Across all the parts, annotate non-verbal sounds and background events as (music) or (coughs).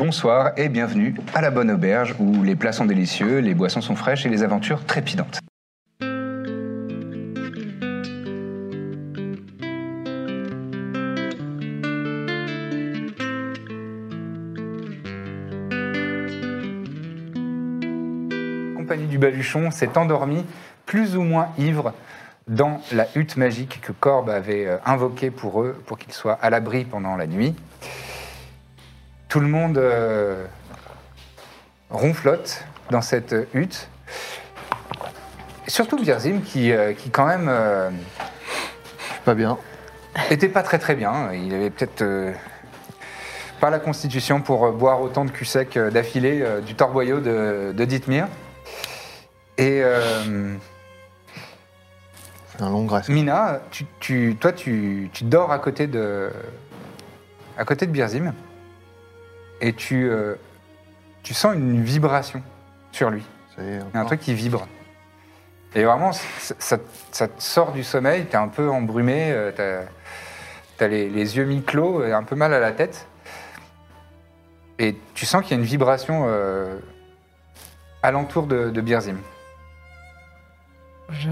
Bonsoir et bienvenue à la Bonne Auberge où les plats sont délicieux, les boissons sont fraîches et les aventures trépidantes. La compagnie du Baluchon s'est endormie plus ou moins ivre dans la hutte magique que Corbe avait euh, invoquée pour eux pour qu'ils soient à l'abri pendant la nuit. Tout le monde euh, ronflotte dans cette euh, hutte. Et surtout Birzim qui, euh, qui quand même euh, Pas bien. était pas très très bien. Il avait peut-être euh, pas la constitution pour euh, boire autant de cul sec euh, d'affilée euh, du torboyau de, de Dithmir. Et euh, C'est un long grâce. Mina, tu, tu- toi, tu, tu dors à côté de, à côté de Birzim et tu, euh, tu sens une vibration sur lui. C'est Il y a un truc qui vibre. Et vraiment, ça, ça- ça te sort du sommeil, t'es un peu embrumé, euh, t'as t'as les, les yeux mi-clos, et un peu mal à la tête. Et tu sens qu'il y a une vibration euh, alentour de, de Birzim. Je...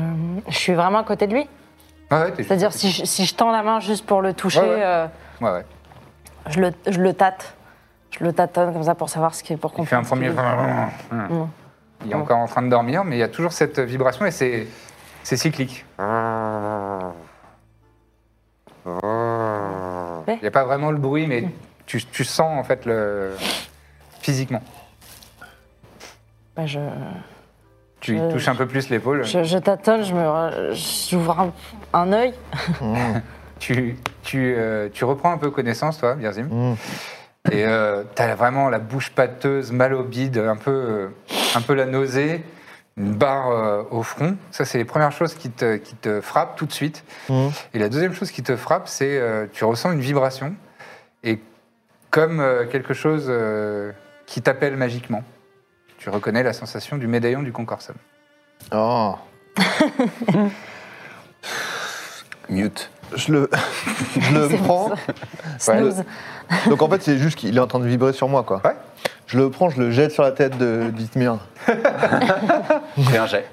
je suis vraiment à côté de lui. Ouais, ouais, t'es juste- C'est-à-dire, si je, si je tends la main juste pour le toucher, Ouais, ouais. euh, Ouais, ouais. je, le, je le tâte. Je le tâtonne comme ça pour savoir ce qui est pour Il fait un comprendre. premier. ce qu'il- Hum. Il est encore en train de dormir, mais il y a toujours cette vibration et c'est c'est cyclique. Il n'y a pas vraiment le bruit, mais tu, tu sens en fait le physiquement. Bah, je, Tu Je- touches un peu plus l'épaule. je, je tâtonne, je me, j'ouvre un, un œil. Tu, tu, euh, tu reprends un peu connaissance, toi, Birzim. Et euh, t'as vraiment la bouche pâteuse, mal au bide, un peu, euh, un peu la nausée, une barre euh, au front. Ça, c'est les premières choses qui te, qui te frappent tout de suite. Et la deuxième chose qui te frappe, c'est euh, tu ressens une vibration. Et comme euh, quelque chose euh, qui t'appelle magiquement. Tu reconnais la sensation du médaillon du concorsum. (laughs) Oh. Mute. Je le, je (laughs) le prends. Snooze. Donc en fait, c'est juste qu'il est en train de vibrer sur moi, quoi. Ouais. Je le prends, je le jette sur la tête de d'Ithmir. Fais un jet.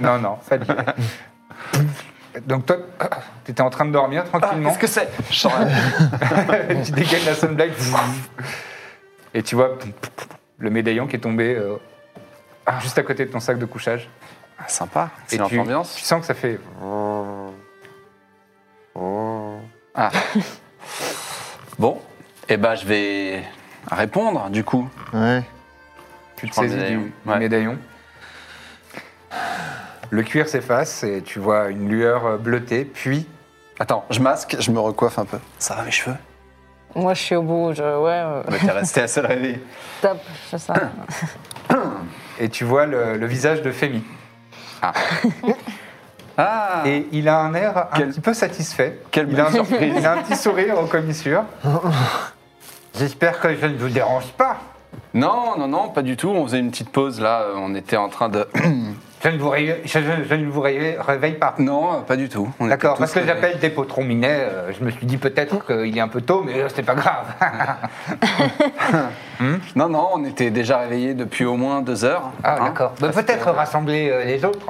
non, non, pas de Donc toi, (coughs) t'étais en train de dormir tranquillement. Qu'est-ce que c'est Je sens rien. (laughs) tu dégaines la sunblight. et tu vois le médaillon qui est tombé euh, juste à côté de ton sac de couchage. Ah, Sympa. Et Ah. C'est tu, l'ambiance. tu sens que ça fait. Bon, et eh ben je vais répondre du coup. Ouais. Tu te prends le saisis du, médaillon. du Ouais. médaillon. Le cuir s'efface et tu vois une lueur euh, bleutée, puis Attends, je masque, je me recoiffe un peu. Ça va mes cheveux Moi, je suis au bout. Je, ouais, euh, Mais t'es resté à seul réveil. top, je sais. et tu vois le, le visage de Femi. Ah Et il a un air un Quel- petit peu satisfait. quelle il, a un, bonne surprise. il a un petit sourire aux (laughs) commissures. J'espère que je ne vous dérange pas. Non, non, non, pas du tout. On faisait une petite pause là. euh, On était en train de. (coughs) Je ne vous, réveille- je- je- je ne vous réveille- réveille pas. non, pas du tout. On était D'accord, tous Oh. parce que réveillés. j'appelle des potrons minets, euh, je me suis dit peut-être qu'il est un peu tôt, mais euh, c'est pas grave. (laughs) Ah, Non, non, on était déjà réveillés depuis au moins deux heures. ah, hein. d'accord. Bah, peut-être rassembler euh, les autres.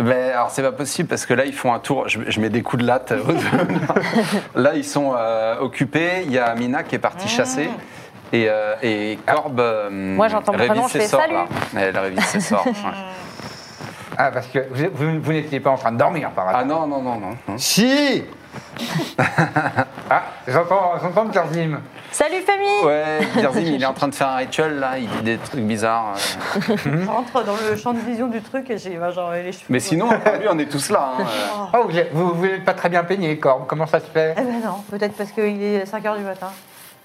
Mais alors c'est pas possible parce que là ils font un tour, je, je mets des coups de latte. (laughs) aux deux. là ils sont euh, occupés, il y a Mina qui est partie chasser et, euh, et Corbe euh, Ah. Moi, j'entends mon révise prénom, je ses fais sorts salut. là. Elle révise ses (laughs) sorts. ouais. Ah, parce que vous, vous- vous n'étiez pas en train de dormir par Ah hasard. non, non, non, non. non. Si (laughs) Ah, j'entends j'entends Birzim. Salut famille Ouais, Birzim, il est en train de faire un rituel là, il dit des trucs bizarres. euh. Je rentre dans le champ de vision du truc et j'ai ben, genre les cheveux. Mais sinon, à part lui, on est tous là. hein, euh. Oh, vous n'êtes vous, vous êtes pas très bien peigné, Corbe. Comment ça se fait Eh ben non, peut-être parce qu'il est 5h du matin.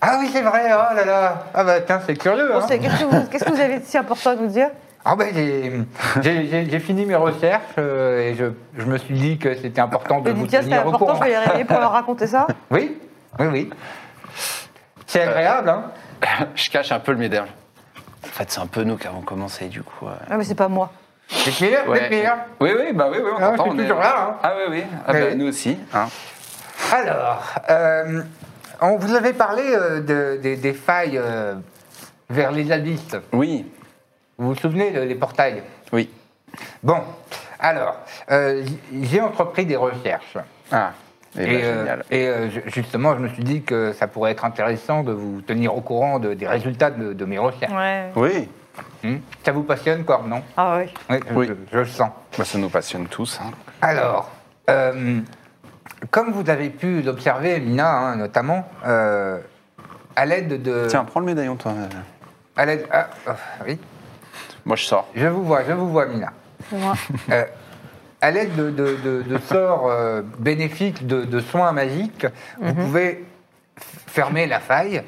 Ah oui, c'est vrai. Oh là là. Ah bah tiens, c'est curieux. Bon, hein. Oh, c'est- Qu'est-ce que, vous- qu'est-ce que vous avez de si important à nous dire Ah ben j'ai- j'ai j'ai- j'ai fini mes recherches euh, et je, je me suis dit que c'était important de Je vous dis, tiens, c'est tenir au important, courant. je vais y arriver pour (laughs) leur raconter ça. Oui, oui, oui. Euh, C'est agréable, hein Je cache un peu le médaille. En fait, c'est un peu nous qui avons commencé, du coup. euh. Ah, mais c'est pas moi. C'est clair, Ouais. c'est clair. Oui, oui, bah oui, oui, on Ah, t'entend. je suis on est- toujours là, hein. Ah oui, oui. Ah, bah, Oui, oui. Nous aussi. hein. Alors, euh, on vous avait parlé euh, de- des- des failles euh, vers les abysses. Oui, Vous vous souvenez euh, des portails oui. Bon, alors, euh, j- j'ai entrepris des recherches. Ah, eh ben, Et, euh, génial. et, euh, ju- justement, je me suis dit que ça pourrait être intéressant de vous tenir au courant de- des résultats de, de mes recherches. Ouais. Oui, Hmm ça vous passionne, Corbe, non Ah oui. Oui, je- Oui. Je, je le sens. Bah, ça nous passionne tous. hein. Alors, euh, comme vous avez pu l'observer, Lina, hein, notamment, euh, à l'aide de... Euh, Tiens, prends le médaillon, toi. À l'aide... ah, euh, oui, Moi, je sors. je vous vois, je vous vois, Mina. C'est moi. Euh, à l'aide de, de- de- de sorts euh, bénéfiques, de, de soins magiques, vous Mhm. pouvez f- fermer la faille,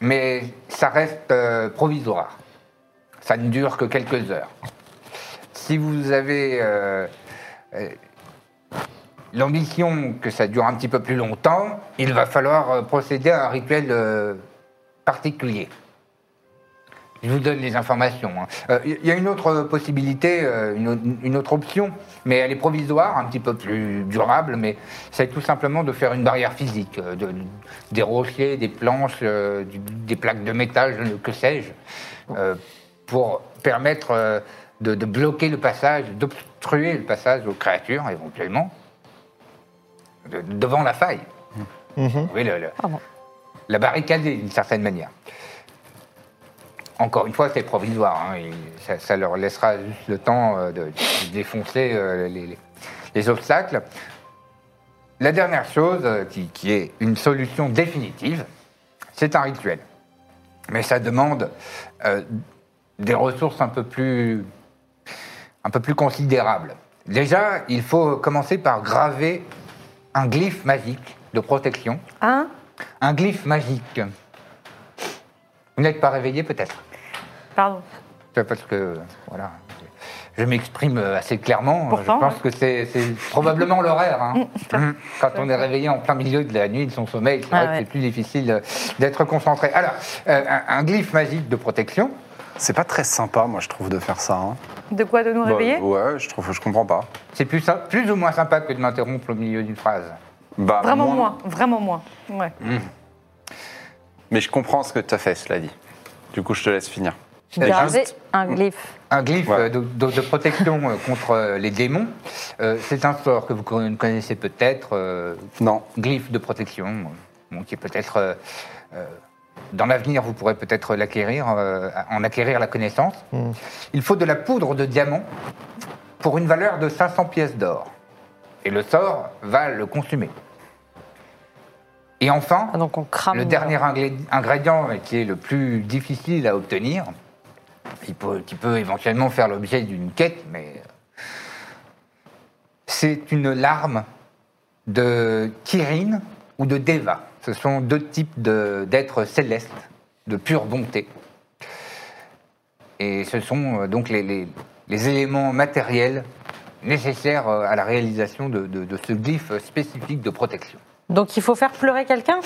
mais ça reste euh, provisoire. Ça ne dure que quelques heures. Si vous avez euh, euh, l'ambition que ça dure un petit peu plus longtemps, il va falloir euh, procéder à un rituel euh, particulier. Je vous donne les informations. hein. Euh, Il y a une autre possibilité, euh, une, au- une autre option, mais elle est provisoire, un petit peu plus durable, mais c'est tout simplement de faire une barrière physique, euh, de- des rochers, des planches, euh, du- des plaques de métal, je ne- que sais-je, euh, pour permettre euh, de, de bloquer le passage, d'obstruer le passage aux créatures éventuellement, de- devant la faille. Vous pouvez le- le- la barricader d'une certaine manière. Encore une fois, c'est provisoire. hein, et ça, ça leur laissera juste le temps euh, de, de défoncer euh, les, les- les obstacles. La dernière chose, euh, qui, qui est une solution définitive, c'est un rituel. Mais ça demande euh, des ressources un peu plus, un peu plus considérables. Déjà, il faut commencer par graver un glyphe magique de protection. Hein Un glyphe magique. Vous n'êtes pas réveillé peut-être Pardon. c'est Parce que, voilà, je m'exprime assez clairement. Pourtant, je pense que c'est c'est probablement l'horaire. hein. Mm, Mhm. Quand on est réveillé en plein milieu de la nuit de son sommeil, c'est Ah vrai que ouais. c'est plus difficile euh, d'être concentré. Alors, euh, un, un glyphe magique de protection. C'est pas très sympa, moi, je trouve, de faire ça. hein. De quoi de nous Bah, réveiller ouais, je trouve, je comprends pas. C'est plus, sym- plus ou moins sympa que de m'interrompre au milieu d'une phrase. Bah, Vraiment moi- moins. Vraiment moins. Ouais. Mais je comprends ce que tu as fait, cela dit. Du coup, je te laisse finir. Graver un glyphe. Un glyphe Ouais. euh, de, de- de protection euh, contre euh, les démons. Euh, c'est un sort que vous con- connaissez peut-être. euh, Non. glyphe de protection, bon, qui est peut-être. euh, euh, dans l'avenir, vous pourrez peut-être l'acquérir, euh, en acquérir la connaissance. Il faut de la poudre de diamant pour une valeur de 500 pièces d'or. Et le sort va le consumer. Et enfin, Ah, donc on crame. le dernier inglé- ingrédient euh, qui est le plus difficile à obtenir, il peut, qui peut éventuellement faire l'objet d'une quête, mais euh, c'est une larme de Kirin ou de Deva. Ce sont deux types de- d'êtres célestes, de pure bonté. Et ce sont euh, donc les, les- les éléments matériels nécessaires euh, à la réalisation de- de- de ce glyphe spécifique de protection. Donc il faut faire pleurer quelqu'un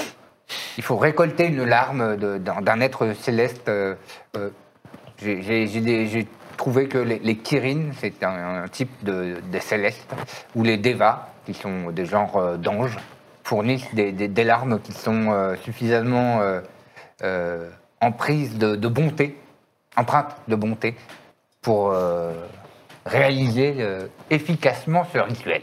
Il faut récolter une larme de- d'un d'un être céleste. euh, euh, J'ai j'ai- j'ai des- j'ai trouvé que les, les Kirin, c'est un, un type de, des célestes, ou les Devas, qui sont des genres euh, d'anges, fournissent des, des- des larmes qui sont euh, suffisamment euh, euh, emprises de, de bonté, empreintes de bonté, pour euh, réaliser euh, efficacement ce rituel.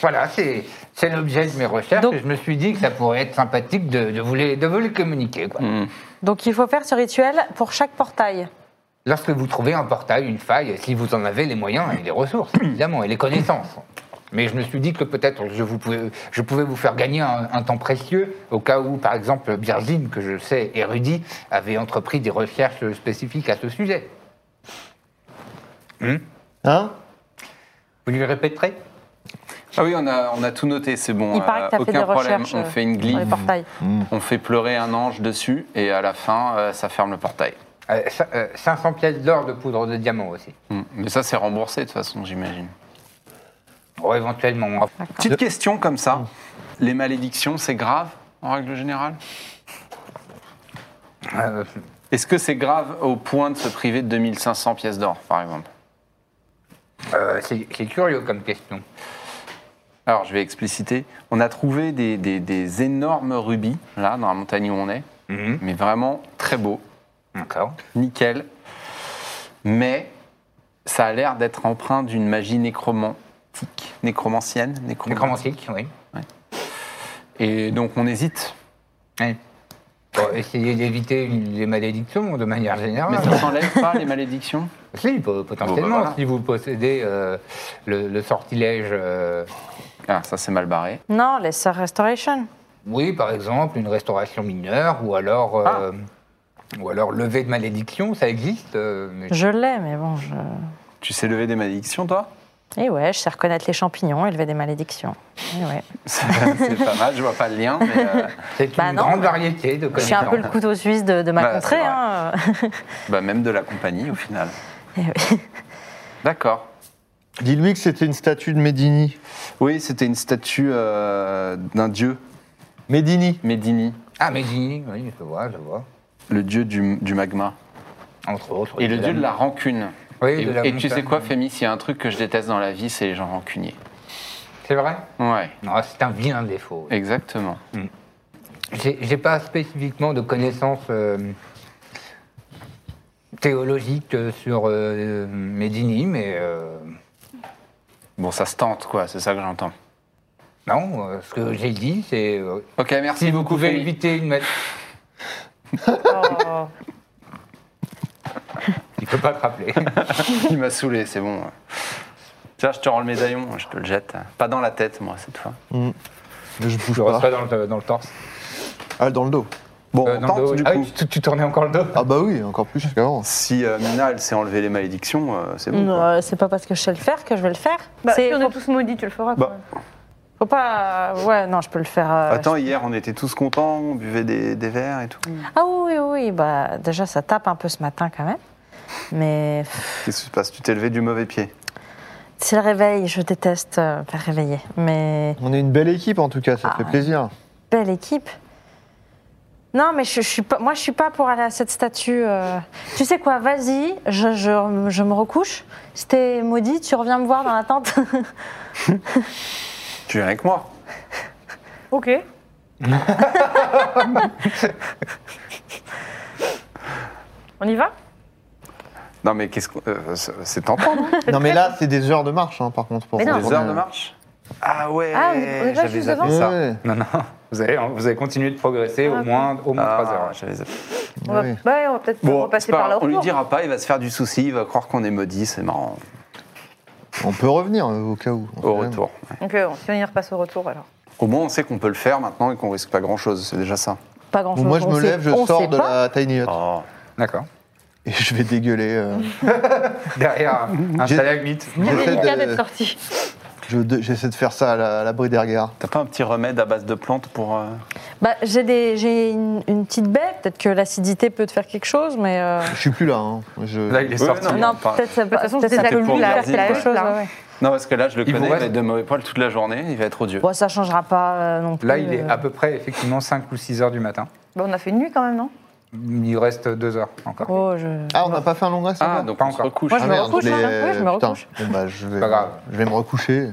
Voilà, c'est c'est l'objet de mes recherches. Donc- et je me suis dit que ça pourrait être sympathique de, de vous, les, de vous les communiquer. quoi. Donc il faut faire ce rituel pour chaque portail. (coughs) Lorsque vous trouvez un portail, une faille, si vous en avez les moyens et les ressources, évidemment, et les connaissances. Mais je me suis dit que peut-être je, vous pouvais, je pouvais vous faire gagner un, un temps précieux au cas où, par exemple, Birzin, que je sais érudit, avait entrepris des recherches spécifiques à ce sujet. Hein Vous lui répéterez Ah oui, on a, on a tout noté, c'est bon. Il euh, paraît que tu as fait aucun des problème, recherches on euh, fait une sur les glyphe, portails. on fait pleurer un ange dessus, et à la fin, euh, ça ferme le portail. Euh, ça- euh, 500 pièces d'or de poudre de diamant aussi. Mm. Mais ça, c'est remboursé de toute façon, j'imagine. Ou Oh, éventuellement. Petite question comme ça. Les malédictions, c'est grave, en règle générale Euh, Est-ce que c'est grave au point de se priver de 2500 pièces d'or, par exemple euh, c'est c'est curieux comme question. Alors, je vais expliciter. On a trouvé des, des- des énormes rubis, là, dans la montagne où on est, Mhm. mais vraiment très beaux, D'accord. nickel. Mais ça a l'air d'être empreint d'une magie nécromantique, nécromancienne, nécromantique. Nécromantique, oui. Et donc, on hésite. Ouais. Pour essayer d'éviter les malédictions de manière Mais générale. ça s'enlève pas, les malédictions Si, po- potentiellement, Bon, bah, voilà. si vous possédez euh, le, le sortilège. euh, Ah, ça, c'est mal barré. Non, les Sir Restoration. oui, par exemple, une restauration mineure ou alors. euh, Ou alors lever de malédiction, ça existe. euh, mais- Ah. Je l'ai, mais bon, je. Tu sais lever des malédictions, toi Et Eh ouais, je sais reconnaître les champignons, élever des malédictions. Eh ouais. (laughs) C'est pas mal, je vois pas le lien, mais... euh, C'est une Bah non, grande mais- variété de Je suis un peu le connaissances. couteau suisse de, de ma Bah, contrée. c'est vrai. hein. Bah, même de la compagnie au final. Eh oui. (laughs) D'accord. Dis-lui que c'était une statue de Médini. Oui, c'était une statue euh, d'un dieu, Médini Médini, Ah, mais si, oui, je vois, je vois. le dieu du, du magma. Entre autres. Et le dieu de la rancune. Oui, et de la et tu sais montagne. quoi, Fémis, il y a un truc que je déteste dans la vie, c'est les gens rancuniers. C'est vrai Ouais, Non, c'est un vilain défaut. exactement. J'ai j'ai pas spécifiquement de connaissances euh, théologiques euh, sur euh, Médini, mais euh, Bon, ça se tente, quoi, c'est ça que j'entends. non, euh, ce que j'ai dit, c'est euh, Ok, merci si vous beaucoup, pouvez Fémis. éviter une. ma- Oh. Il peut pas te rappeler. Il m'a saoulé, c'est bon. Tiens, je te rends le médaillon, je te le jette. Pas dans la tête, moi, cette fois. Je bouge Je reçois pas. dans le, dans le torse. Ah, dans le dos. Bon, Euh, on dans tente, le dos, du ah coup. oui, tu, tu tournais encore le dos Ah bah oui, encore plus qu'avant. Si euh, Mina, elle s'est enlevée les malédictions, euh, c'est bon. Non, (laughs) quoi. euh, c'est pas parce que je sais le faire que je vais le faire. Bah, C'est- si on faut, est tous maudits, tu le feras. Bah, quand même. faut pas. Ouais, non, je peux le faire. euh, Attends, hier, on était tous contents, on buvait des, des verres et tout. je- Ah oui, oui, oui. Bah, déjà, ça tape un peu ce matin quand même. Mais pff, Qu'est-ce qui se passe Tu t'es levé du mauvais pied. c'est le réveil. Je déteste euh, pas réveiller. Mais On est une belle équipe en tout cas, ça Ah. fait (laughs) plaisir. belle équipe. Non, mais je, je suis pas, moi, je suis pas pour aller à cette statue. euh. Tu sais quoi, vas-y, je, je- je me recouche. Si t'es maudit, tu reviens me voir dans la tente. (laughs) Tu viens avec moi Ok. on y va Non, mais qu'est-ce qu'on- euh, c'est c'est tentant, non Non mais là, c'est des heures de marche hein, par contre. Pour Mais non. Des heures de marche Ah ouais Euh, Ah, on est- on est pas J'avais juste zappé devant ça. Ouais, Non, non, vous allez, vous allez continuer de progresser au moins, au moins Ah, 3 heures. j'avais zappé. on va, ouais. bah ouais, on va peut-être Bon, repasser c'est pas par là. grave, on lui autour. dira pas, il va se faire du souci, il va croire qu'on est maudit, c'est marrant. On peut revenir euh, au cas où. on Au sait retour. ouais. Donc, euh, si on y repasse au retour, alors. Au moins, on sait qu'on peut le faire maintenant et qu'on risque pas grand-chose, c'est déjà ça. Pas jamais. grand Bon, chose. moi je me lève, je sors de la tiny hut Oh. D'accord. et je vais dégueuler. euh, Mmh. Derrière un J'ai- stalagmite. J'essaie d'être de, sorti. je- de- j'essaie de faire ça à la- à l'abri des regards. T'as pas un petit remède à base de plantes pour... euh, Bah, j'ai des- j'ai une, une petite baie. Peut-être que l'acidité peut te faire quelque chose, mais. euh, Je suis plus là. hein. Je- Là, il est Ouais, sorti. non, Non, pas- peut-être ça peut toute façon, peut-être c'était ça peut pour lui faire Birzine, quelque quoi. chose. Là. ouais, ouais. Non, parce que là, je le Il vous connais, il va reste- être de mauvais poil toute la journée, il va être odieux. Bon, ça changera pas euh, non plus. Là, il est euh. à peu près effectivement 5 ou 6 heures du matin. Bah, on a fait une nuit quand même, non Il reste 2 heures encore. Oh, je- Ah, on n'a pas fait un long rest Ah, encore donc Pas on se encore. recouche. Moi, je Ah, me merde, recouche, les- hein. Oui, je me putain. recouche. Bon, bah, je, vais, Pas grave. je vais me recoucher.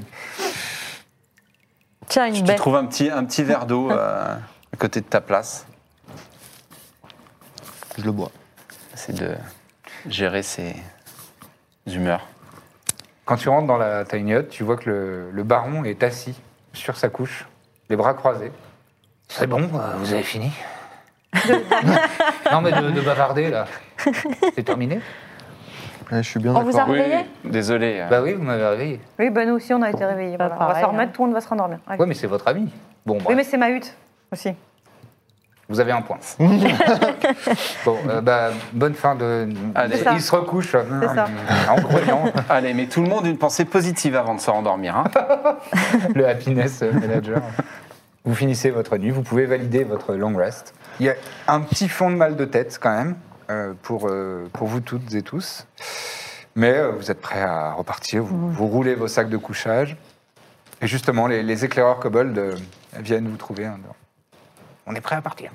Tiens, Tu une te baie. trouves un petit, un petit verre d'eau euh, à côté de ta place. Je le bois. C'est de gérer ses humeurs. Quand tu rentres dans la tiny hut, tu vois que le, le baron est assis sur sa couche, les bras croisés. C'est bon, euh, vous avez (laughs) fini (laughs) Non mais de, de bavarder là. C'est terminé Ouais, je suis bien On vous Ah d'accord. a réveillé désolé. euh. Ah. Bah oui, vous m'avez réveillé. Oui, bah nous aussi, on a été réveillés. Bah, voilà. On va pareil, se hein. remettre, tout le monde va se rendormir. Ouais. Ouais, mais c'est votre ami. Bon, bref, Oui, mais c'est ma hutte aussi. vous avez (laughs) un point. bon, euh, bah, bonne fin de. Allez. C'est ça. Il se recouche ça. en grognant Allez, mais tout le monde une pensée positive avant de se rendormir. (laughs) hein. (laughs) le happiness euh, manager. Vous finissez votre nuit, vous pouvez valider votre long rest. Il y a un petit fond de mal de tête quand même euh, pour, euh, pour vous toutes et tous. Mais euh, vous êtes prêts à repartir, vous, vous roulez vos sacs de couchage. Et justement, les, les éclaireurs kobold euh, viennent vous trouver. hein, dans- On est prêt à partir.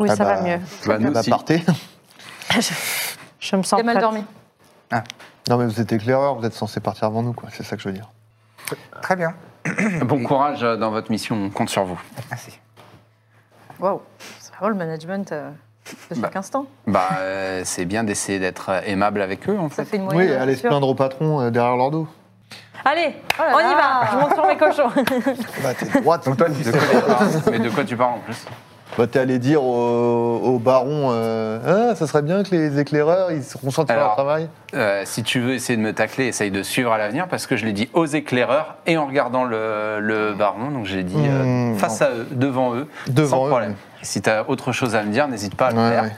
Oui, Ah ça va bah, mieux. Bah, nous Bah, aussi. partez. (laughs) Je me sens T'es mal prête. dormi. Non, mais vous êtes éclaireur, vous êtes censé partir avant nous, quoi. C'est ça que je veux dire. Très bien. Bon courage euh, dans votre mission, on compte sur vous. Merci. Waouh, c'est vraiment le management euh, de chaque instant. Bah, euh, c'est bien d'essayer d'être euh, aimable avec eux, en (laughs) Ça fait. fait une moyenne. Oui, allez se sûr. plaindre au patron euh, derrière leur dos. Allez, Oh là on y là. va. Je monte sur mes cochons. Bah, t'es (laughs) droite. Donc toi, tu De sais- quoi tu parles Mais de quoi tu parles en plus Bah, t'es allé dire au, au baron euh, Ah, ça serait bien que les éclaireurs ils se concentrent sur Alors. leur travail. Euh, Si tu veux essayer de me tacler, essaye de suivre à l'avenir parce que je l'ai dit aux éclaireurs et en regardant le, le baron, donc j'ai dit euh, Mmh, face à eux, devant eux, Devant sans eux, problème. oui. Si tu as autre chose à me dire, n'hésite pas à le Ouais, faire ouais.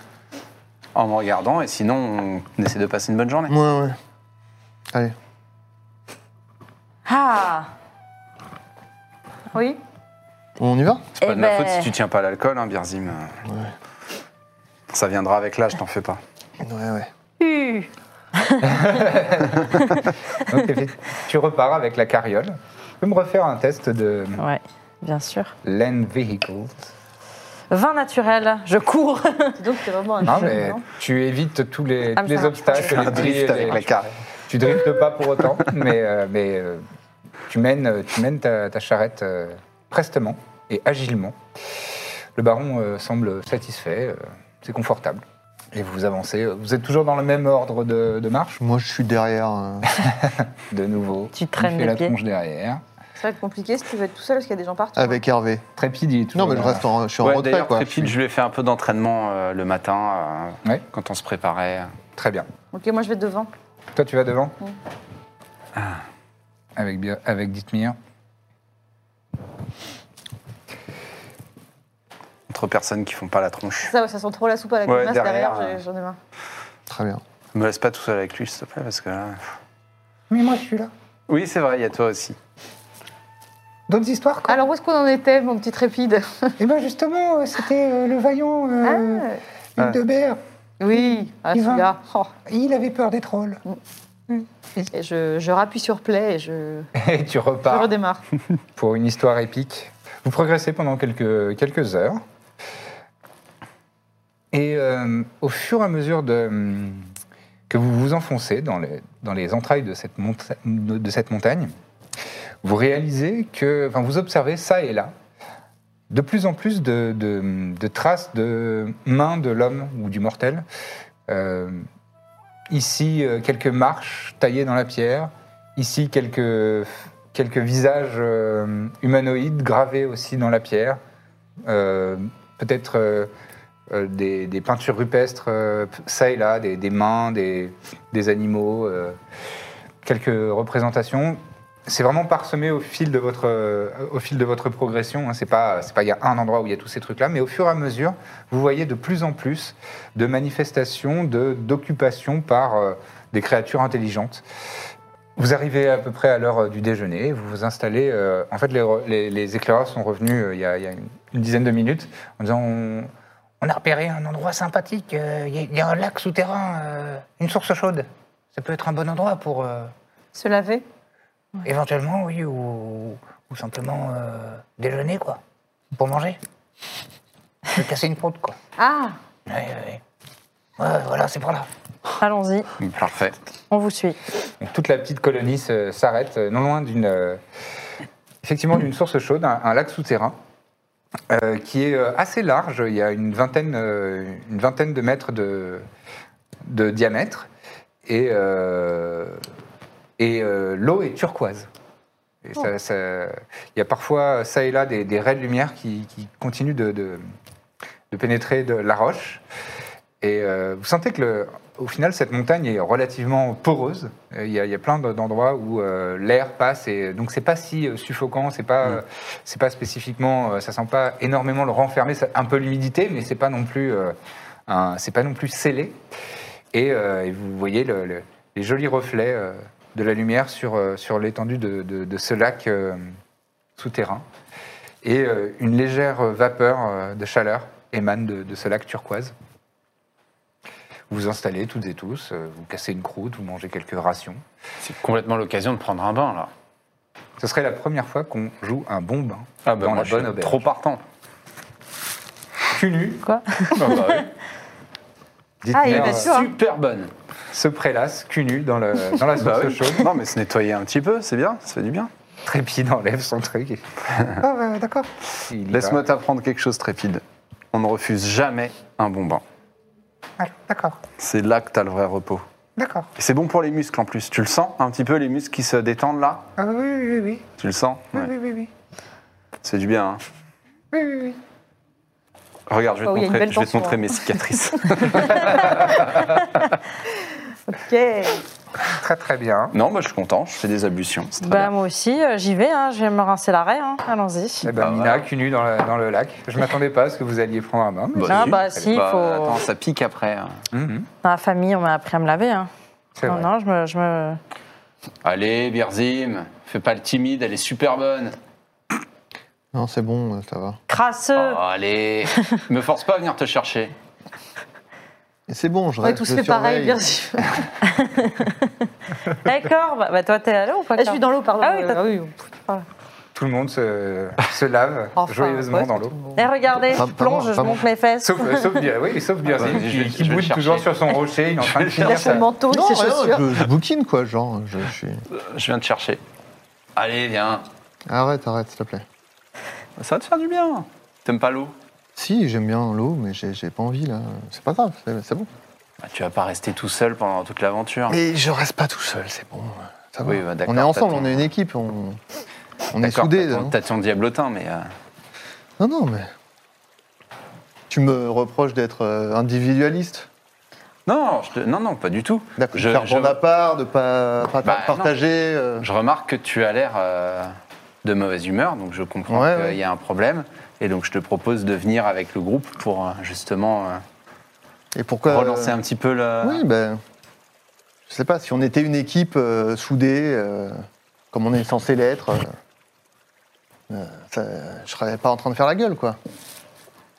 en me regardant et sinon on essaie de passer une bonne journée. Ouais, ouais. Allez. Ah, Oui, On y va C'est pas Eh de ma ben- faute si tu tiens pas à l'alcool, hein, Birzim. Euh, Ça viendra avec l'âge, t'en fais pas. Ouais, ouais. donc, effectivement, tu repars avec la carriole. Tu peux me refaire un test de ouais, bien sûr. land vehicle. Vin naturel, je cours. (laughs) dis donc c'est vraiment un Non, jeu, mais non tu évites tous les, Ah, tous mais ça les marche pas. obstacles, les drilles et les- carrière. Tu driftes pas pour autant, (laughs) mais, euh, mais euh, tu mènes, euh, tu mènes ta, ta charrette euh, prestement et agilement. Le baron euh, semble satisfait, euh, c'est confortable. Et vous avancez. euh, Vous êtes toujours dans le même ordre de, de marche, Moi, je suis derrière. euh, de nouveau. Tu il traînes fait les la pieds. tronche derrière. Ça va être compliqué si tu veux être tout seul parce qu'il y a des gens partout. avec Hervé. Trépide, il est toujours Non, mais je là. reste en, je suis en Ouais, retrait, D'ailleurs, quoi. Trépide, je lui ai fait un peu d'entraînement euh, le matin euh, Ouais. quand on se préparait. euh, Très bien. hein. Ok, moi je vais devant. Toi, tu vas devant Ah. Oui. Avec, Bi- avec Dithmir. Entre personnes qui font pas la tronche. Ça, ouais, ça sent trop la soupe à la Ouais, grimace derrière, derrière, euh. j'ai- j'en ai marre. Très bien. Me laisse pas tout seul avec lui, s'il te plaît, parce que là. Mais moi, je suis là. Oui, c'est vrai, il y a toi aussi. D'autres histoires, quoi. Alors où est-ce qu'on en était, mon petit trépide Et bien, justement, euh, c'était euh, le vaillant euh, Ah. Hildebert. (laughs) Oui, ah, Il va. celui-là. Oh. Il avait peur des trolls. Et je, je rappuie sur play et je, (laughs) Et tu je repars redémarre. pour une histoire épique. Vous progressez pendant quelques, quelques heures. Et euh, au fur et à mesure de, hum, que vous vous enfoncez dans les, dans les entrailles de cette, monta- de de cette montagne, vous réalisez que, enfin, vous observez ça et là, de plus en plus de, de- de traces de mains de l'homme ou du mortel. Euh, ici, euh, quelques marches taillées dans la pierre. Ici, quelques, quelques visages euh, humanoïdes gravés aussi dans la pierre. Euh, Peut-être euh, euh, des, des peintures rupestres, euh, ça et là, des, des mains, des, des animaux, euh, quelques représentations. C'est vraiment parsemé au fil de votre, euh, au fil de votre progression. hein. C'est pas, c'est pas il y a un endroit où il y a tous ces trucs-là, mais au fur et à mesure, vous voyez de plus en plus de manifestations, de- d'occupations par euh, des créatures intelligentes. Vous arrivez à peu près à l'heure euh, du déjeuner, vous vous installez. euh, en fait, les, re- les- les éclaireurs sont revenus euh, il y a, il y a une, une dizaine de minutes en disant on, on a repéré un endroit sympathique, euh, il y, a- il y a un lac souterrain, euh, une source chaude. Ça peut être un bon endroit pour euh, Se laver éventuellement, oui, ou, ou simplement euh, déjeuner, quoi, pour manger. Se casser une croûte, quoi. Ah Oui, oui, oui. Ouais, voilà, c'est par là. Allons-y, Mm, Parfait. on vous suit. Donc, toute la petite colonie se- s'arrête euh, non loin d'une euh, effectivement d'une source chaude, un, un lac souterrain euh, qui est euh, assez large. Il y a une vingtaine, euh, une vingtaine de mètres de, de diamètre et, euh, et euh, l'eau est turquoise. Et ça- ça- il y a parfois ça et là des, des raies de lumière qui, qui continuent de, de- de pénétrer de la roche. Et euh, vous sentez que, le- au final, cette montagne est relativement poreuse. Euh, Il y, a- il y a plein de- d'endroits où euh, l'air passe, et donc c'est pas si euh, suffocant, c'est pas, euh, c'est pas spécifiquement, euh, ça sent pas énormément le renfermer, ça- un peu l'humidité, mais c'est pas non plus, euh, un- c'est pas non plus scellé. Et, euh, et vous voyez le- le- les jolis reflets euh, de la lumière sur, euh, sur l'étendue de, de- de ce lac euh, souterrain. Et euh, une légère vapeur euh, de chaleur émane de- de ce lac turquoise. Vous vous installez toutes et tous, euh, vous cassez une croûte, vous mangez quelques rations. C'est complètement l'occasion de prendre un bain, là. Ce serait la première fois qu'on joue un bon bain Ah, bah, dans moi, la je bonne suis auberge. trop partant. cul nu. Quoi Ah, bah oui. bah. Ah, il Dites-moi, est euh, sûr. hein. Super bonne. ce prélasse, cul nu dans, le, (laughs) dans la sauce Bah oui. chaude, Non, mais se nettoyer un petit peu, c'est bien, ça fait du bien. Trépide enlève son truc. (laughs) et- ah, ouais, d'accord. Il y va. Laisse-moi t'apprendre quelque chose, Trépide. On ne refuse jamais un bon bain. Ah, D'accord, C'est là que t'as le vrai repos. d'accord. Et c'est bon pour les muscles en plus. Tu le sens un petit peu, les muscles qui se détendent là Ah, oui, oui, oui, oui. Tu le sens Oui, Ouais. oui, oui, oui. C'est du bien, hein Oui, oui, oui. Regarde, je vais, Oh, te, il y a une montrer, belle je vais te tension, montrer hein. mes (laughs) cicatrices. Bah, Très, très bien. non, moi je suis content, je fais des ablutions. c'est très Bah, moi aussi, euh, j'y vais, hein, je vais me rincer l'arrêt, hein, allons-y. Eh ben, Ah, Mina, voilà. cul nu dans, la- dans le lac. Je m'attendais pas à ce que vous alliez prendre un bain. mais- bien. Ah, bah, si, Allez, faut- Attends, ça pique après. hein. Mhm, Dans la famille, on m'a appris à me laver. Hein. c'est Non, vrai. non, je me, je me- Allez, Birzim, fais pas le timide, elle est super bonne. Non, c'est bon, euh, ça va. Crasseux Ah. Oh, allez, me force pas à venir te chercher. Et C'est bon, je On est reste. tous je fait pareil, surveille. bien sûr. Hey, Corbe Bah, toi, t'es allé ou pas Ah, je suis Corbe dans l'eau, pardon. Ah oui, t'as- Ah oui, Tout le monde se, se lave (laughs) enfin, joyeusement ouais, dans c'est l'eau. tout le monde. Eh, regardez, Pas- je pas moi, plonge, je pas moi. monte mes fesses. Sauf, euh, sauf, Bier- oui, sauf Birzim, Ouais, Ah, bah, je vais- qui, je qui vais le boude chercher. toujours sur son rocher, il est en (laughs) train de Il a finir son sa... manteau et Non, ses rien, chaussures. je, je bouquine quoi, genre. Je, je suis... Je viens te chercher. Allez, viens. Arrête, arrête, s'il te plaît. Ça va te faire du bien. T'aimes pas l'eau Si, j'aime bien l'eau, mais j'ai j'ai pas envie là. C'est pas grave, c'est c'est bon. Bah, Tu vas pas rester tout seul pendant toute l'aventure. Mais je reste pas tout seul, c'est bon. Ça va. Oui, bah, d'accord, on est ensemble, t'as ton- on est une équipe, on, on est D'accord, soudés. t'as ton- hein. T'as ton diablotin, mais. euh, Non, non, mais. Tu me reproches d'être euh, individualiste Non, je te- non, non, pas du tout. D'accord, Je- de faire je- bande à part, de pas, pas Bah, non. partager. euh, Je remarque que tu as l'air euh, de mauvaise humeur, donc je comprends Ouais, qu'il ouais. y a un problème. Et donc je te propose de venir avec le groupe pour euh, justement euh, Et pourquoi relancer un petit peu le. Oui, ben. Je sais pas, si on était une équipe euh, soudée, euh, comme on est censé l'être, euh, euh, ça- je serais pas en train de faire la gueule, quoi.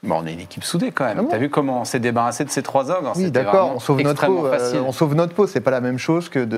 Bon, on est une équipe soudée quand même. Ah bon T'as vu comment on s'est débarrassé de ces trois ogres Oui, C'était d'accord, vraiment on sauve notre extrêmement peau. euh, facile. on sauve notre peau, c'est pas la même chose que de.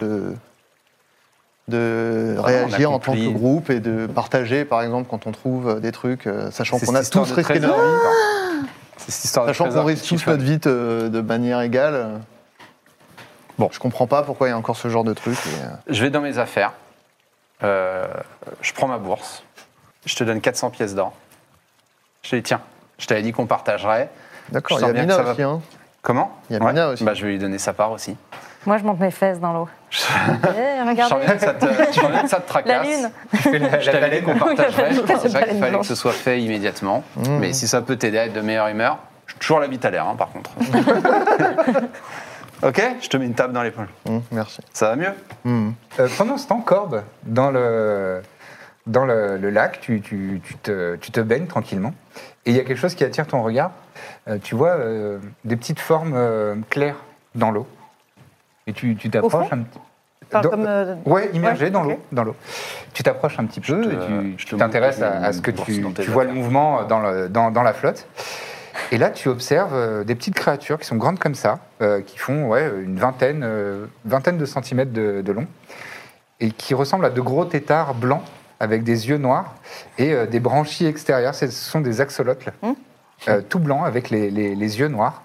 de, de Vraiment, réagir on en tant que accomplit. groupe et de partager, par exemple, quand on trouve euh, des trucs, euh, sachant C'est qu'on a cette histoire tous de risqué trésor. notre vie, C'est cette histoire de sachant trésor qu'on risque qui tous chiffonne. notre vie euh, de manière égale. euh, Bon, je comprends pas pourquoi il y a encore ce genre de truc. et, euh, Je vais dans mes affaires. Euh, je prends ma bourse. Je te donne 400 pièces d'or. Je te dis, tiens, je t'avais dit qu'on partagerait. D'accord, Je il y sens a bien Mina que ça va- aussi. hein. Comment Il y a Mina aussi. Bah, je vais lui donner sa part aussi. Moi, je monte mes fesses dans (laughs) l'eau. Eh, Je sens bien regardez que ça te, je sens bien que ça te la tracasse. lune. fait (laughs) la, la Je t'avais dit baleine. qu'on (laughs) partagerait. Oui, Je la baleine pensais pas qu'il fallait que blanche. ce soit fait immédiatement. Mm. Mais si ça peut t'aider à être de meilleure humeur, je suis toujours la bite à l'air, hein, par (laughs) contre. (laughs) ok Je te mets une table dans l'épaule. Hum, merci. Ça va mieux Hum. Euh, pendant ce temps, Corbe, dans le, dans le, le lac, tu, tu- tu te, tu te baignes tranquillement. Et il y a quelque chose qui attire ton regard. Euh, tu vois euh, des petites formes euh, claires dans l'eau. Et tu tu t'approches fond un petit Enfin, dans- comme, euh, Ouais, immergé ouais, dans ok. l'eau, dans l'eau. Tu t'approches un petit peu, te- et tu je te tu t'intéresses montre à, à ce que une tu, bourse dans tu tes vois le affaires. mouvement dans, le- dans- dans la flotte. Et là, tu observes euh, des petites créatures qui sont grandes comme ça, euh, qui font ouais, une vingtaine, euh, vingtaine de centimètres de, de long, et qui ressemblent à de gros têtards blancs avec des yeux noirs et euh, des branchies extérieures. Ce sont des axolotls, Hmm. euh, tout blancs avec les, les- les yeux noirs.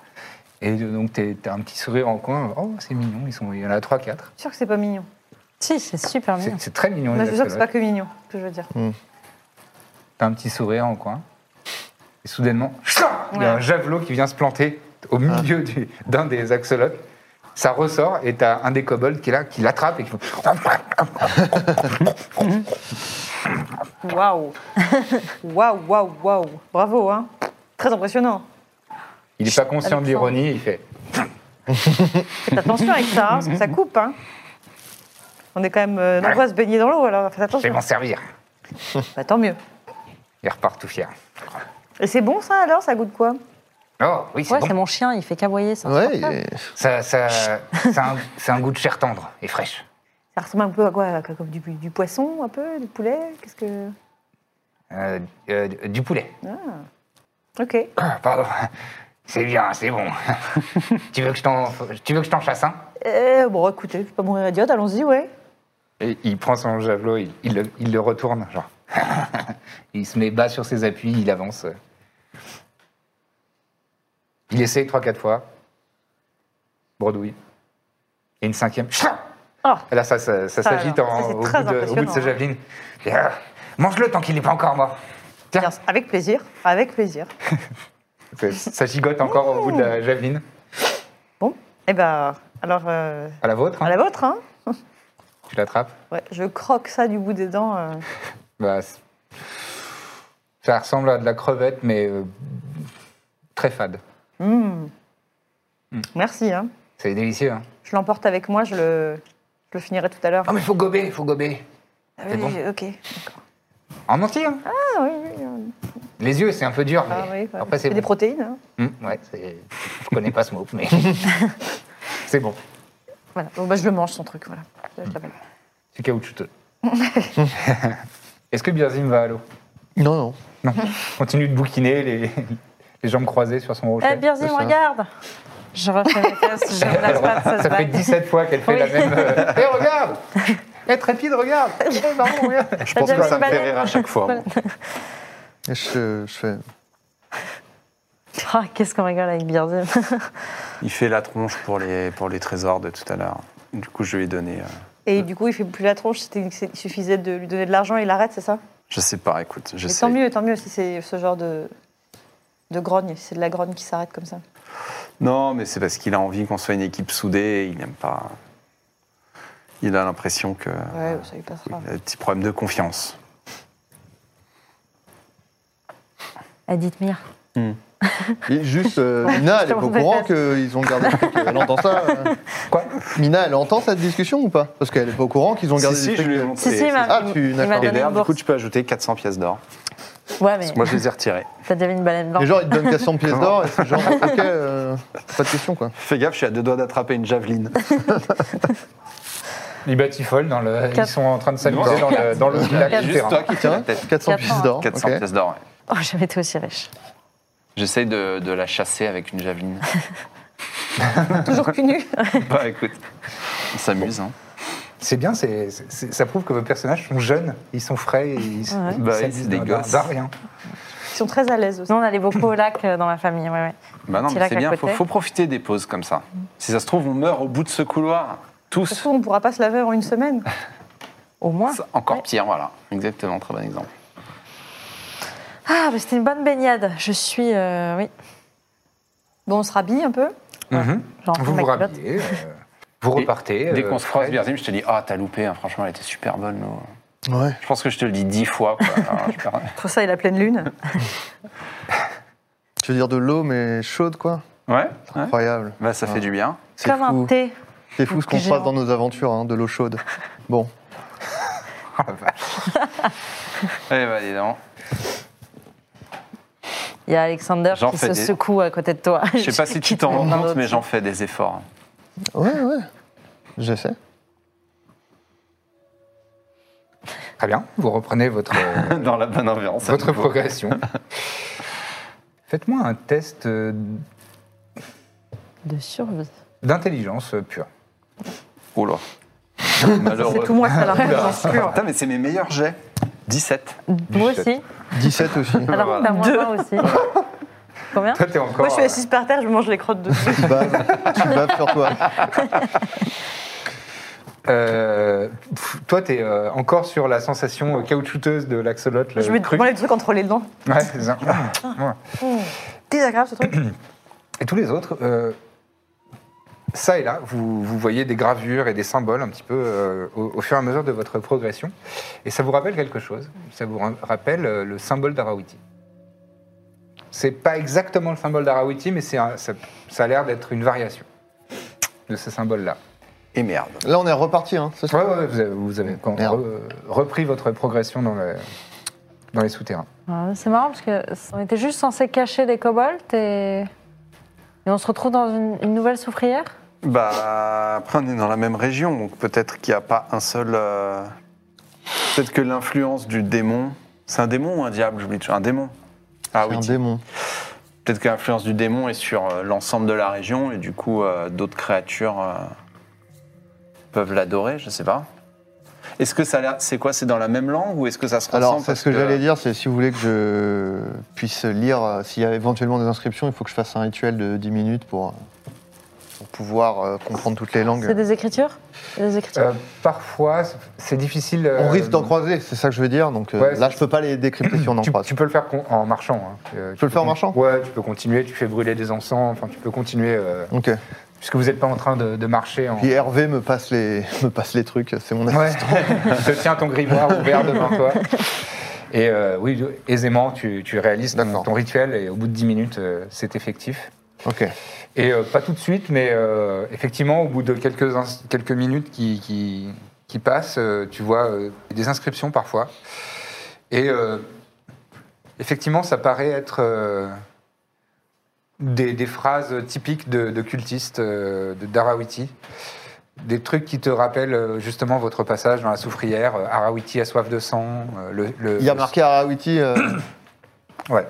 Et donc, tu as un petit sourire en coin. Oh, c'est mignon, ils sont, il y en a 3-4. suis sûre que c'est pas mignon. Si, c'est super mignon. C'est c'est très mignon, Mais les je suis sûre que c'est pas axolotls. que mignon, ce que je veux dire. T'as un petit sourire en coin. Et soudainement, il y a un javelot qui vient se planter au milieu du- d'un des axolotls. Ça ressort et t'as un des kobolds qui est là, qui l'attrape et qui Mm. Waouh Waouh, waouh, waouh Bravo, hein Très impressionnant. Il n'est pas conscient de l'ironie, il fait. Faites attention avec ça, hein, parce que ça Mm-hmm. coupe. Hein. On est quand même euh, nombreux à se baigner dans l'eau, alors faites Je vais attention. m'en servir. Bah, tant mieux. Il repart tout fier. Et c'est bon ça alors Ça goûte quoi Oh oui, c'est Ouais, bon. c'est mon chien, il fait caboyer ça. Ouais, il est- Ça, ça, ça a un, c'est un goût de chair tendre et fraîche. Ça ressemble un peu à quoi Comme du, du poisson, un peu Du poulet Qu'est-ce que. Euh, euh, du poulet. Ok. Ah, Pardon. C'est bien, c'est bon. (laughs) tu veux que je t'en tu veux que je t'en chasse un Euh, bon, écoutez, je vais pas mourir à diode, allons-y, ouais. Et il prend son javelot, il, il le, il le retourne, genre. (laughs) il se met bas sur ses appuis, il avance. Il essaye trois, quatre fois. Bredouille. Et une cinquième. Ah. Là, ça, ça, ça Ça, s'agite alors, ça, en- c'est au, très bout de- au bout de impressionnant, sa hein. javeline. Et, ah, Mange-le tant qu'il n'est pas encore mort. Tiens, Bien, avec plaisir, avec plaisir. ça, ça gigote encore au bout de la javeline. Bon, eh ben, alors, euh, À la vôtre, hein. à la vôtre, hein tu l'attrapes. Ouais, je croque ça du bout des dents. euh. Bah, c'est- ça ressemble à de la crevette, mais euh, très fade. Merci, hein. C'est délicieux, hein. Je l'emporte avec moi, je le, je le finirai tout à l'heure. Non, Ah, mais faut gober, faut gober. Ah c'est bon. oui, ok. En entier, hein. Ah oui, oui, oui. Les yeux, c'est un peu dur, mais Ah oui, ouais. après, c'est C'est des bon. protéines. hein. Hmm, ouais, c'est- je connais pas ce mot, (laughs) mais c'est bon. Voilà. Bon, bah, je le mange, son truc, voilà. Je l'appelle. C'est caoutchouteux. Est-ce que Birzim va à l'eau Non, non. Non. Continue de bouquiner, les, les jambes croisées sur son Eh, rocher. Birzim, ça. regarde Je refais mes tests, (laughs) je ne lasse pas de cette Ça fait blague. 17 fois qu'elle fait la Oui. même. (laughs) euh, Eh, regarde Eh, Trépide, regarde Eh, pardon, regarde Je pense déjà que vu ça une me fait baleine rire à chaque fois. moi. Et Je, je fais. Ah, qu'est-ce qu'on rigole avec Birzim. (laughs) Il fait la tronche pour les, pour les trésors de tout à l'heure. Du coup, je lui ai donné. euh, Et du coup, il fait plus la tronche, c'était- c'est- il suffisait de lui donner de l'argent et il arrête, c'est ça je sais pas, écoute, Mais j'essaie. tant mieux, tant mieux si c'est ce genre de, de grogne, si c'est de la grogne qui s'arrête comme ça. Non, mais c'est parce qu'il a envie qu'on soit une équipe soudée. Il n'aime pas. Il a l'impression que. Ouais, ça lui passera. Il a un petit problème de confiance. Edith-Mir. Et juste, euh, Mina, elle est pas au Comment on courant fait qu'ils ont gardé. le truc, Elle entend ça. euh. Quoi Mina, elle entend cette discussion ou pas Parce qu'elle est pas au courant qu'ils ont gardé. Si, des si, je trucs. lui ai montré. Si, si, il m'a Ah, tu- il d'accord. m'a Et donné d'ailleurs, une du bourse. coup, tu peux ajouter 400 pièces d'or. Ouais, mais Moi, je les ai retirées. t'as déjà vu une baleine blanche. Les gens, ils te donnent 400 pièces d'or et (laughs) c'est genre, ok, euh, pas de question quoi. Fais gaffe, je suis à deux doigts d'attraper une (laughs) javeline. Ils batifolent dans le. Ils Quatre- sont en train de s'amuser dans le, dans le C'est lac juste souterrain. toi qui tiens la Tiens, tête. 400 pièces d'or. 400 ok. pièces d'or, ouais. Oh, j'avais été aussi riche. J'essaye de, de la chasser avec une (laughs) javeline. Toujours plus nu. bah écoute, on s'amuse. Hein. C'est bien, c'est- c'est- ça prouve que vos personnages sont jeunes, ils sont frais, et ils sont Bah oui, c'est des gosses. rien. Ils sont très à l'aise aussi. Nous, on allait beaucoup au lac euh, dans ma famille. Ouais, ouais. Bah non, Petit mais lac c'est à bien, faut, côté. faut profiter des pauses comme ça. Si ça se trouve, on meurt au bout de ce couloir, Surtout, tous. on ne pourra pas se laver en une semaine. Au moins. C'est Encore pire, voilà. Exactement, très bon exemple. Ah, bah, mais c'était une bonne baignade. Je suis. euh, oui. Bon, on se rhabille un peu. Mhm. Genre, Vous ma vous culotte. rhabillez, euh, vous repartez. Dès euh, qu'on se croise, frais. Birzim, je te dis Ah, t'as loupé, hein, franchement, elle était super bonne. l'eau. Ouais. Je pense que je te le dis dix fois. quoi. Alors, je perds- Entre ça et la pleine lune. Je veux dire de l'eau, mais chaude quoi. Ouais, ouais. Incroyable. Bah, ça fait du bien. C'est Comme un fou. thé. C'est fou ce qu'on se passe dans nos aventures, hein, de l'eau chaude. Bon, Allez, bah, dis donc. Il y a Alexander J'en qui se fais des- secoue à côté de toi. (laughs) Je sais pas si tu t'en rends compte, mais j'en fais des efforts. ouais, ouais. J'essaie. Très bien, vous reprenez (laughs) votre, euh, (laughs) Dans la bonne ambiance. votre progression. Faites-moi un test euh, De survie. d'intelligence euh, pure. Oula. Malheureux. C'est tout moi, ça la Putain, mais c'est mes meilleurs jets. 17. Moi aussi. 17 aussi. Alors Voilà. t'as moins Deux. un aussi. Combien Toi, t'es encore. Moi, je suis euh, assise par terre, je mange les crottes de tu te baves, tu te baves sur toi. euh, pff, toi, t'es euh, encore sur la sensation euh, caoutchouteuse de l'axolot. Je me prends les trucs entre les dents. Ouais, c'est ça. Désagréable ce truc. Et tous les autres, euh, ça et là, vous, vous voyez des gravures et des symboles un petit peu euh, au, au fur et à mesure de votre progression. Et ça vous rappelle quelque chose. Ça vous ra- rappelle euh, le symbole d'Arawiti. C'est pas exactement le symbole d'Arawiti, mais c'est un- ça, ça a l'air d'être une variation de ce symbole-là. Et merde. Là, on est reparti, hein, c'est ça Ouais, ouais, vous avez, vous avez quand- Merde. re- repris votre progression dans, le- dans les souterrains. (laughs) Ouais, C'est marrant parce que on était juste censé cacher des kobolds et... et on se retrouve dans une, une nouvelle soufrière. Bah, après, on est dans la même région, donc peut-être qu'il n'y a pas un seul. euh, Peut-être que l'influence du démon. C'est un démon ou un diable J'oublie toujours. Un démon. Ah C'est oui. un démon. Peut-être que l'influence du démon est sur euh, l'ensemble de la région et du coup, euh, d'autres créatures euh, peuvent l'adorer, je sais pas. Est-ce que ça. a l'air- C'est quoi C'est dans la même langue ou est-ce que ça se ressemble Alors, c'est parce ce que, euh, j'allais dire, c'est si vous voulez que je puisse lire, euh, s'il y a éventuellement des inscriptions, il faut que je fasse un rituel de 10 minutes pour, euh, pour pouvoir euh, comprendre toutes les langues. C'est des écritures C'est Des écritures. Euh, parfois, c'est difficile. On euh, risque d'en croiser, c'est ça que je veux dire. Donc euh, Ouais, là, je peux pas les décrypter si on en Tu, croise. tu peux le faire con- en marchant. hein. Euh, peux le faire en con- marchant Ouais, tu peux continuer, tu fais brûler des encens, enfin tu peux continuer, euh, Ok. puisque vous n'êtes pas en train de, de marcher. En... Puis Hervé me passe les, (laughs) me passe les trucs, c'est mon Ouais, (laughs) assistant. tu te tiens ton grimoire ouvert devant toi. Et euh, oui, aisément, tu, tu réalises ton, D'accord. ton rituel et au bout de 10 minutes, euh, c'est effectif. Ok. Et euh, pas tout de suite, mais euh, effectivement, au bout de quelques, ins- quelques minutes qui, qui, qui passent, euh, tu vois euh, des inscriptions parfois. Et euh, effectivement, ça paraît être euh, des, des phrases typiques de, de cultistes euh, de d'Arawiti. Des trucs qui te rappellent euh, justement votre passage dans la soufrière, euh, Arawiti a soif de sang, euh, le, le- Il y a marqué Arawiti. euh, ouais.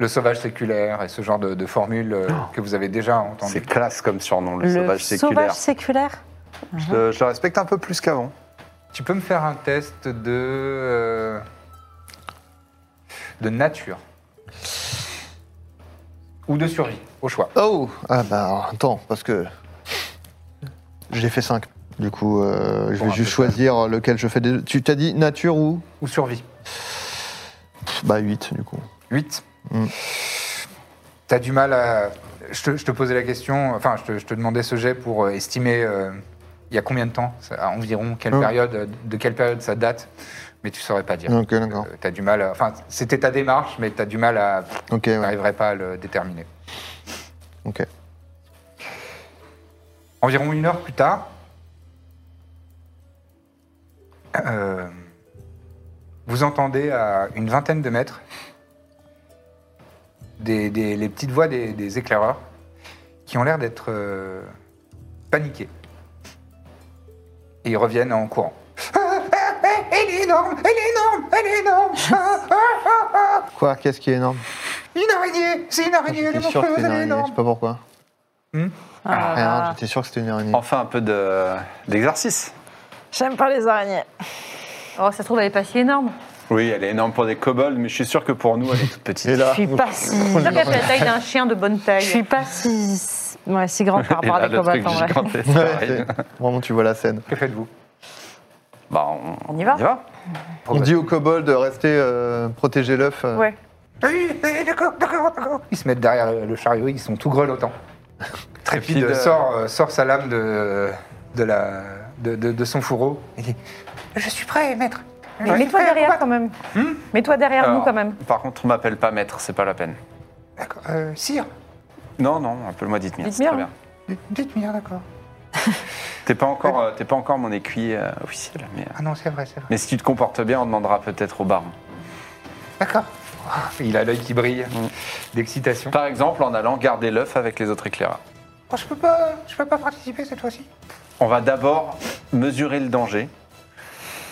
le sauvage séculaire et ce genre de, de formules euh, que vous avez déjà entendues. C'est classe comme surnom, le, Le sauvage séculaire. séculaire. Je, je le respecte un peu plus qu'avant. Tu peux me faire un test de. euh, de nature. Ou de survie, au choix. Oh Ah bah alors, attends, parce que. J'ai fait 5. Du coup, euh, je Bon, vais un juste peu choisir lequel je fais des. Tu t'as dit nature ou Ou survie. Pff, Bah 8 du coup. 8. Mm. T'as du mal à. Je te, je te posais la question, enfin, je te, je te demandais ce jet pour euh, estimer euh, il y a combien de temps, ça- à environ, quelle Mm. période, euh, de quelle période ça date, mais tu saurais pas dire. Ok, d'accord. Euh, T'as du mal à- Enfin, c'était ta démarche, mais t'as du mal à. Ok, ouais. T'arriverais pas à le déterminer. Ok. Environ une heure plus tard, euh, vous entendez à une vingtaine de mètres des, des- les petites voix des, des éclaireurs qui ont l'air d'être euh, paniqués. Et ils reviennent en courant. Ah, Elle est énorme, elle est énorme, elle est énorme. Ah, ah, ah, ah. Quoi Qu'est-ce qui est énorme Une araignée, c'est une araignée, elle est J'étais sûr que monstrueuse, c'était elle est une araignée, je énorme. sais pas pourquoi. Ah, bah. Rien, j'étais sûr que c'était une araignée. Enfin, un peu de- d'exercice. J'aime pas les araignées. Oh, ça se trouve, elle est pas si énorme. oui, elle est énorme pour des kobolds, mais je suis sûr que pour nous, elle est toute petite. Et là, Je suis pas si. Ça fait la taille d'un chien de bonne taille. Je suis pas si. Ouais, si grande par Et rapport à là, des le truc kobolds en vrai. (laughs) gigantesque, ouais, pareil. c'est- vraiment, tu vois la scène. (laughs) Que faites-vous Bah, on, On y va on y va. On dit aux kobolds de rester euh, protéger l'œuf. euh, Ouais. Oui, oui, d'accord, d'accord, d'accord. Ils se mettent derrière le, le chariot, ils sont tout grelottants. Trépide Trépide, euh, sort, euh, sort sa lame de, de, la, de, de- de son fourreau. Il dit Je suis prêt, maître. Je Mais suis mets-toi prêt à derrière combattre. quand même. Mets-toi Ah, derrière nous Alors, quand même. Par contre, on m'appelle pas maître, c'est pas la peine. D'accord, euh, sire, Non, non, appelle-moi dites c'est Dithmir. très bien. dites-moi, d'accord. T'es pas encore, euh, t'es pas encore mon écuyer euh, officiel, mais, euh, Ah non, c'est vrai, c'est vrai. mais si tu te comportes bien, on demandera peut-être au baron. D'accord. Il a l'œil qui brille d'excitation. Par exemple, en allant garder l'œuf avec les autres éclaireurs. Oh, je peux pas, je peux pas participer cette fois-ci. On va d'abord mesurer le danger.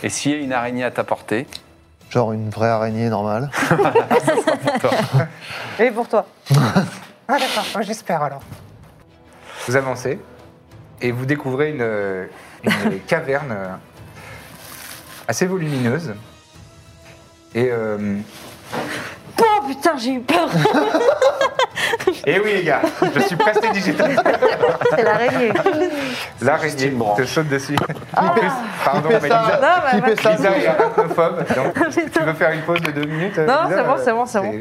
Et s'il y a une araignée à ta portée, Genre une vraie araignée normale. Et pour toi. Ah d'accord, Ouais, j'espère alors. Vous avancez et vous découvrez (laughs) une, une caverne assez euh, volumineuse Et euh, Oh putain, j'ai eu peur Eh oui, les gars, je suis presque digital. (laughs) C'est l'araignée. (laughs) L'araignée te saute (laughs) dessus. Ah. En plus, pardon, mais Fais ça, Lisa, bah, qui fait ça Lisa est (laughs) arachnophobe. donc, si tu veux faire une pause de deux minutes euh, Ah, Non, Lisa, c'est bon, c'est euh, bon, c'est bon.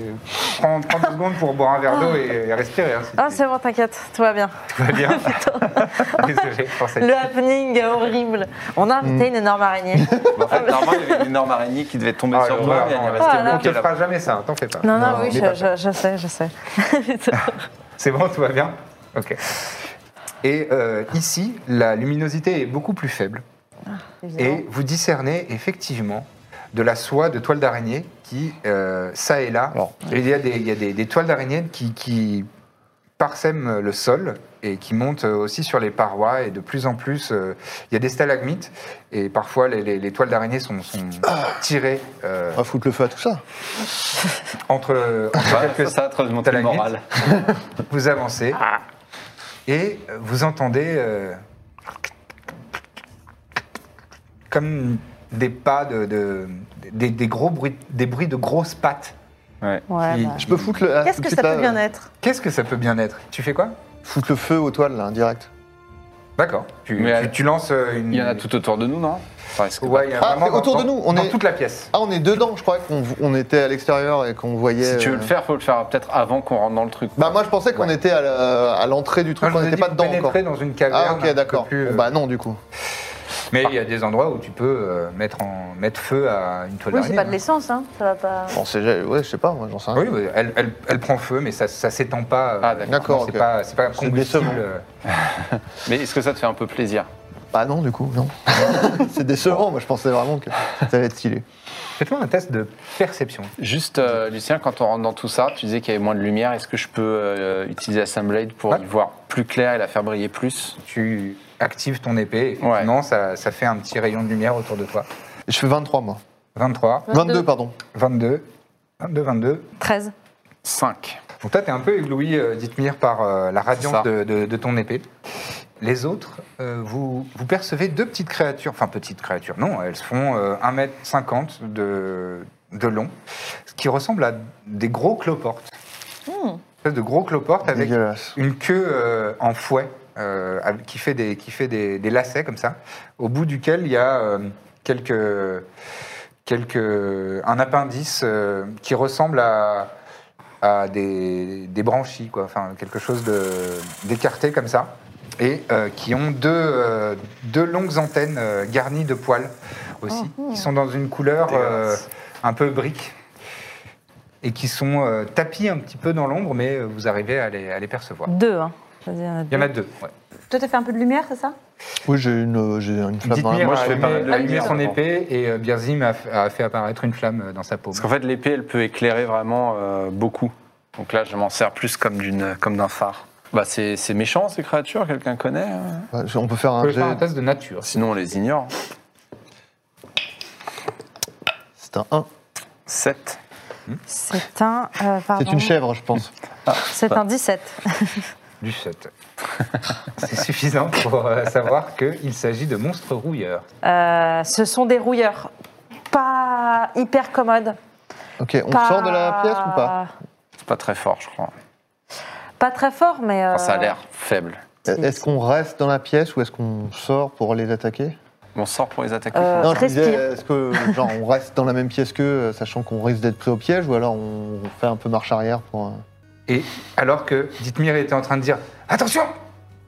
c'est- Prends, prends deux secondes pour boire un verre d'eau et, et respirer. hein, si Ah, tu- c'est bon, t'inquiète, tout va bien. tout va (laughs) bien. (laughs) Désolé pour cette- Le happening horrible. On a invité une énorme araignée. En bah. fait, normalement, il y avait une énorme araignée qui devait tomber Ah, sur le toi, rat, mais elle est non, restée non. On bloquée te là-bas. fera jamais ça, hein, t'en fais pas. Non, non, oui, on est pas je, je- je sais, je sais. (laughs) C'est bon, tout va bien Ok. Et euh, ici, la luminosité est beaucoup plus faible. Ah, et vous discernez effectivement de la soie de toile d'araignée qui, euh, ça et là, Alors. il y a des, il y a des- des toiles d'araignée qui, qui parsèment le sol et qui montent euh, aussi sur les parois. Et de plus en plus, euh, il y a des stalagmites. Et parfois, les, les- les toiles d'araignée sont, sont tirées euh, On va foutre le feu à tout ça. entre, entre Ouais, quelques ça, ça te remonter le stalagmites. moral. Vous avancez et vous entendez euh, comme des pas de, de- des, des gros bruits, des bruits de grosses pattes. Ouais. Ouais, qui- bah. Je peux foutre le. Qu'est-ce que ça peut euh, bien être Qu'est-ce que ça peut bien être Tu fais quoi Foutre le feu aux toiles, là, direct. D'accord. Tu, Mais tu- elle- tu lances euh, une. Il y en a tout autour de nous, non Enfin, est-ce que- Ouais, il y a Ah, vraiment c'est autour dans- de nous, on dans est- toute la pièce. Ah, on est dedans, je crois qu'on on était à l'extérieur et qu'on voyait. Si tu veux euh, le faire, faut le faire peut-être avant qu'on rentre dans le truc. Bah, moi, je pensais qu'on était à la- à l'entrée du Moi, truc, Ah, je on vous ai n'était dit pas que vous dedans encore. pénétrez dans une caverne. Ah, un ok, peu d'accord. plus, euh, Bah, non, du coup. Mais il y a des endroits où tu peux euh, mettre, en, mettre feu à une toile Oui, c'est d'araignée. pas de l'essence, hein. Ça va pas. Bon, c'est- ouais, je sais pas, moi, j'en sais rien. Oui, oui, elle, elle- elle prend feu, mais ça, ça s'étend pas. euh, Ah, d'accord. D'accord, C'est ok. pas, c'est pas C'est combustible. décevant. euh, Mais est-ce que ça te fait un peu plaisir Bah, non, du coup, non. (laughs) c'est décevant, moi, je pensais vraiment que ça allait être stylé. Faites-moi un test de perception. Juste, euh, Lucien, quand on rentre dans tout ça, tu disais qu'il y avait moins de lumière. Est-ce que je peux euh, utiliser Assemblade pour Ouais. y voir plus clair et la faire briller plus Tu actives ton épée, effectivement, ça, ça fait un petit rayon de lumière autour de toi. Je fais 23, moi. 23, 22, pardon. 22, 22, 22. 13. 5. Donc toi, t'es un peu ébloui, euh, Dithmir, par euh, la Ça. radiance de, de- de ton épée. Les autres, euh, vous, vous percevez deux petites créatures, enfin petites créatures, non, elles font euh, 1m50 de, de long, ce qui ressemble à des gros cloportes. Une espèce De gros cloportes avec Dégueulasse. une queue euh, en fouet euh, avec- qui fait, des, qui fait des, des lacets comme ça, au bout duquel il y a euh, quelques, quelques, un appendice euh, qui ressemble à, à des, des branchies, quoi. Enfin, quelque chose de- d'écarté comme ça, et euh, qui ont deux, euh, deux longues antennes euh, garnies de poils aussi, qui sont dans une couleur euh, un peu brique. Et qui sont euh, tapis un petit peu dans l'ombre, mais euh, vous arrivez à les, à les percevoir. Deux, hein. Je veux dire, Il y en a deux. Ouais. Toi, t'as fait un peu de lumière, c'est ça Oui, j'ai une, euh, j'ai une flamme dans la Dithmir main. moi, je a fais pas mal allumé, de a allumé lumière, euh, son d'abord. épée et euh, Birzim a, f- a fait apparaître une flamme euh, dans sa paume. Parce qu'en fait, l'épée, elle peut éclairer vraiment euh, beaucoup. Donc là, je m'en sers plus comme d'une, comme d'un phare. Bah, c'est c'est méchant ces créatures. Quelqu'un connaît hein Ouais, je- On peut faire Vous un pouvez faire un jet. test de nature. Sinon, on les ignore. C'est un 1. 7. C'est un. euh, pardon. C'est une chèvre, je pense. C'est un 17. Du (laughs) 7. C'est suffisant pour euh, savoir qu'il s'agit de monstres rouilleurs. Euh, ce sont des rouilleurs. Pas hyper commodes. Ok, on pas... sort de la pièce ou pas C'est pas très fort, je crois. Pas très fort, mais. Enfin, ça a euh, l'air faible. Est-ce qu'on reste dans la pièce ou est-ce qu'on sort pour les attaquer On sort pour les attaquer. Euh, Non, je disais, respire. est-ce que genre on reste dans la même pièce qu'eux, euh, sachant qu'on risque d'être pris au piège, ou alors on on fait un peu marche arrière pour. euh, Et alors que Dithmir était en train de dire Attention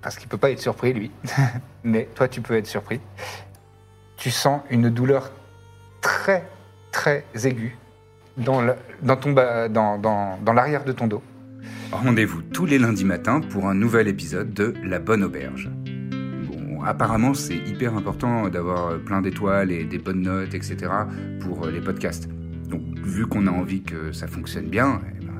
Parce qu'il peut pas être surpris, lui. (laughs) Mais toi, tu peux être surpris. Tu sens une douleur très, très aiguë dans, le- dans, ton bas- dans, dans- dans l'arrière de ton dos. Rendez-vous tous les lundis matins pour un nouvel épisode de La Bonne Auberge. Bon, apparemment, c'est hyper important d'avoir euh, plein d'étoiles et des bonnes notes, etc. pour euh, les podcasts. Donc, vu qu'on a envie que ça fonctionne bien, eh ben,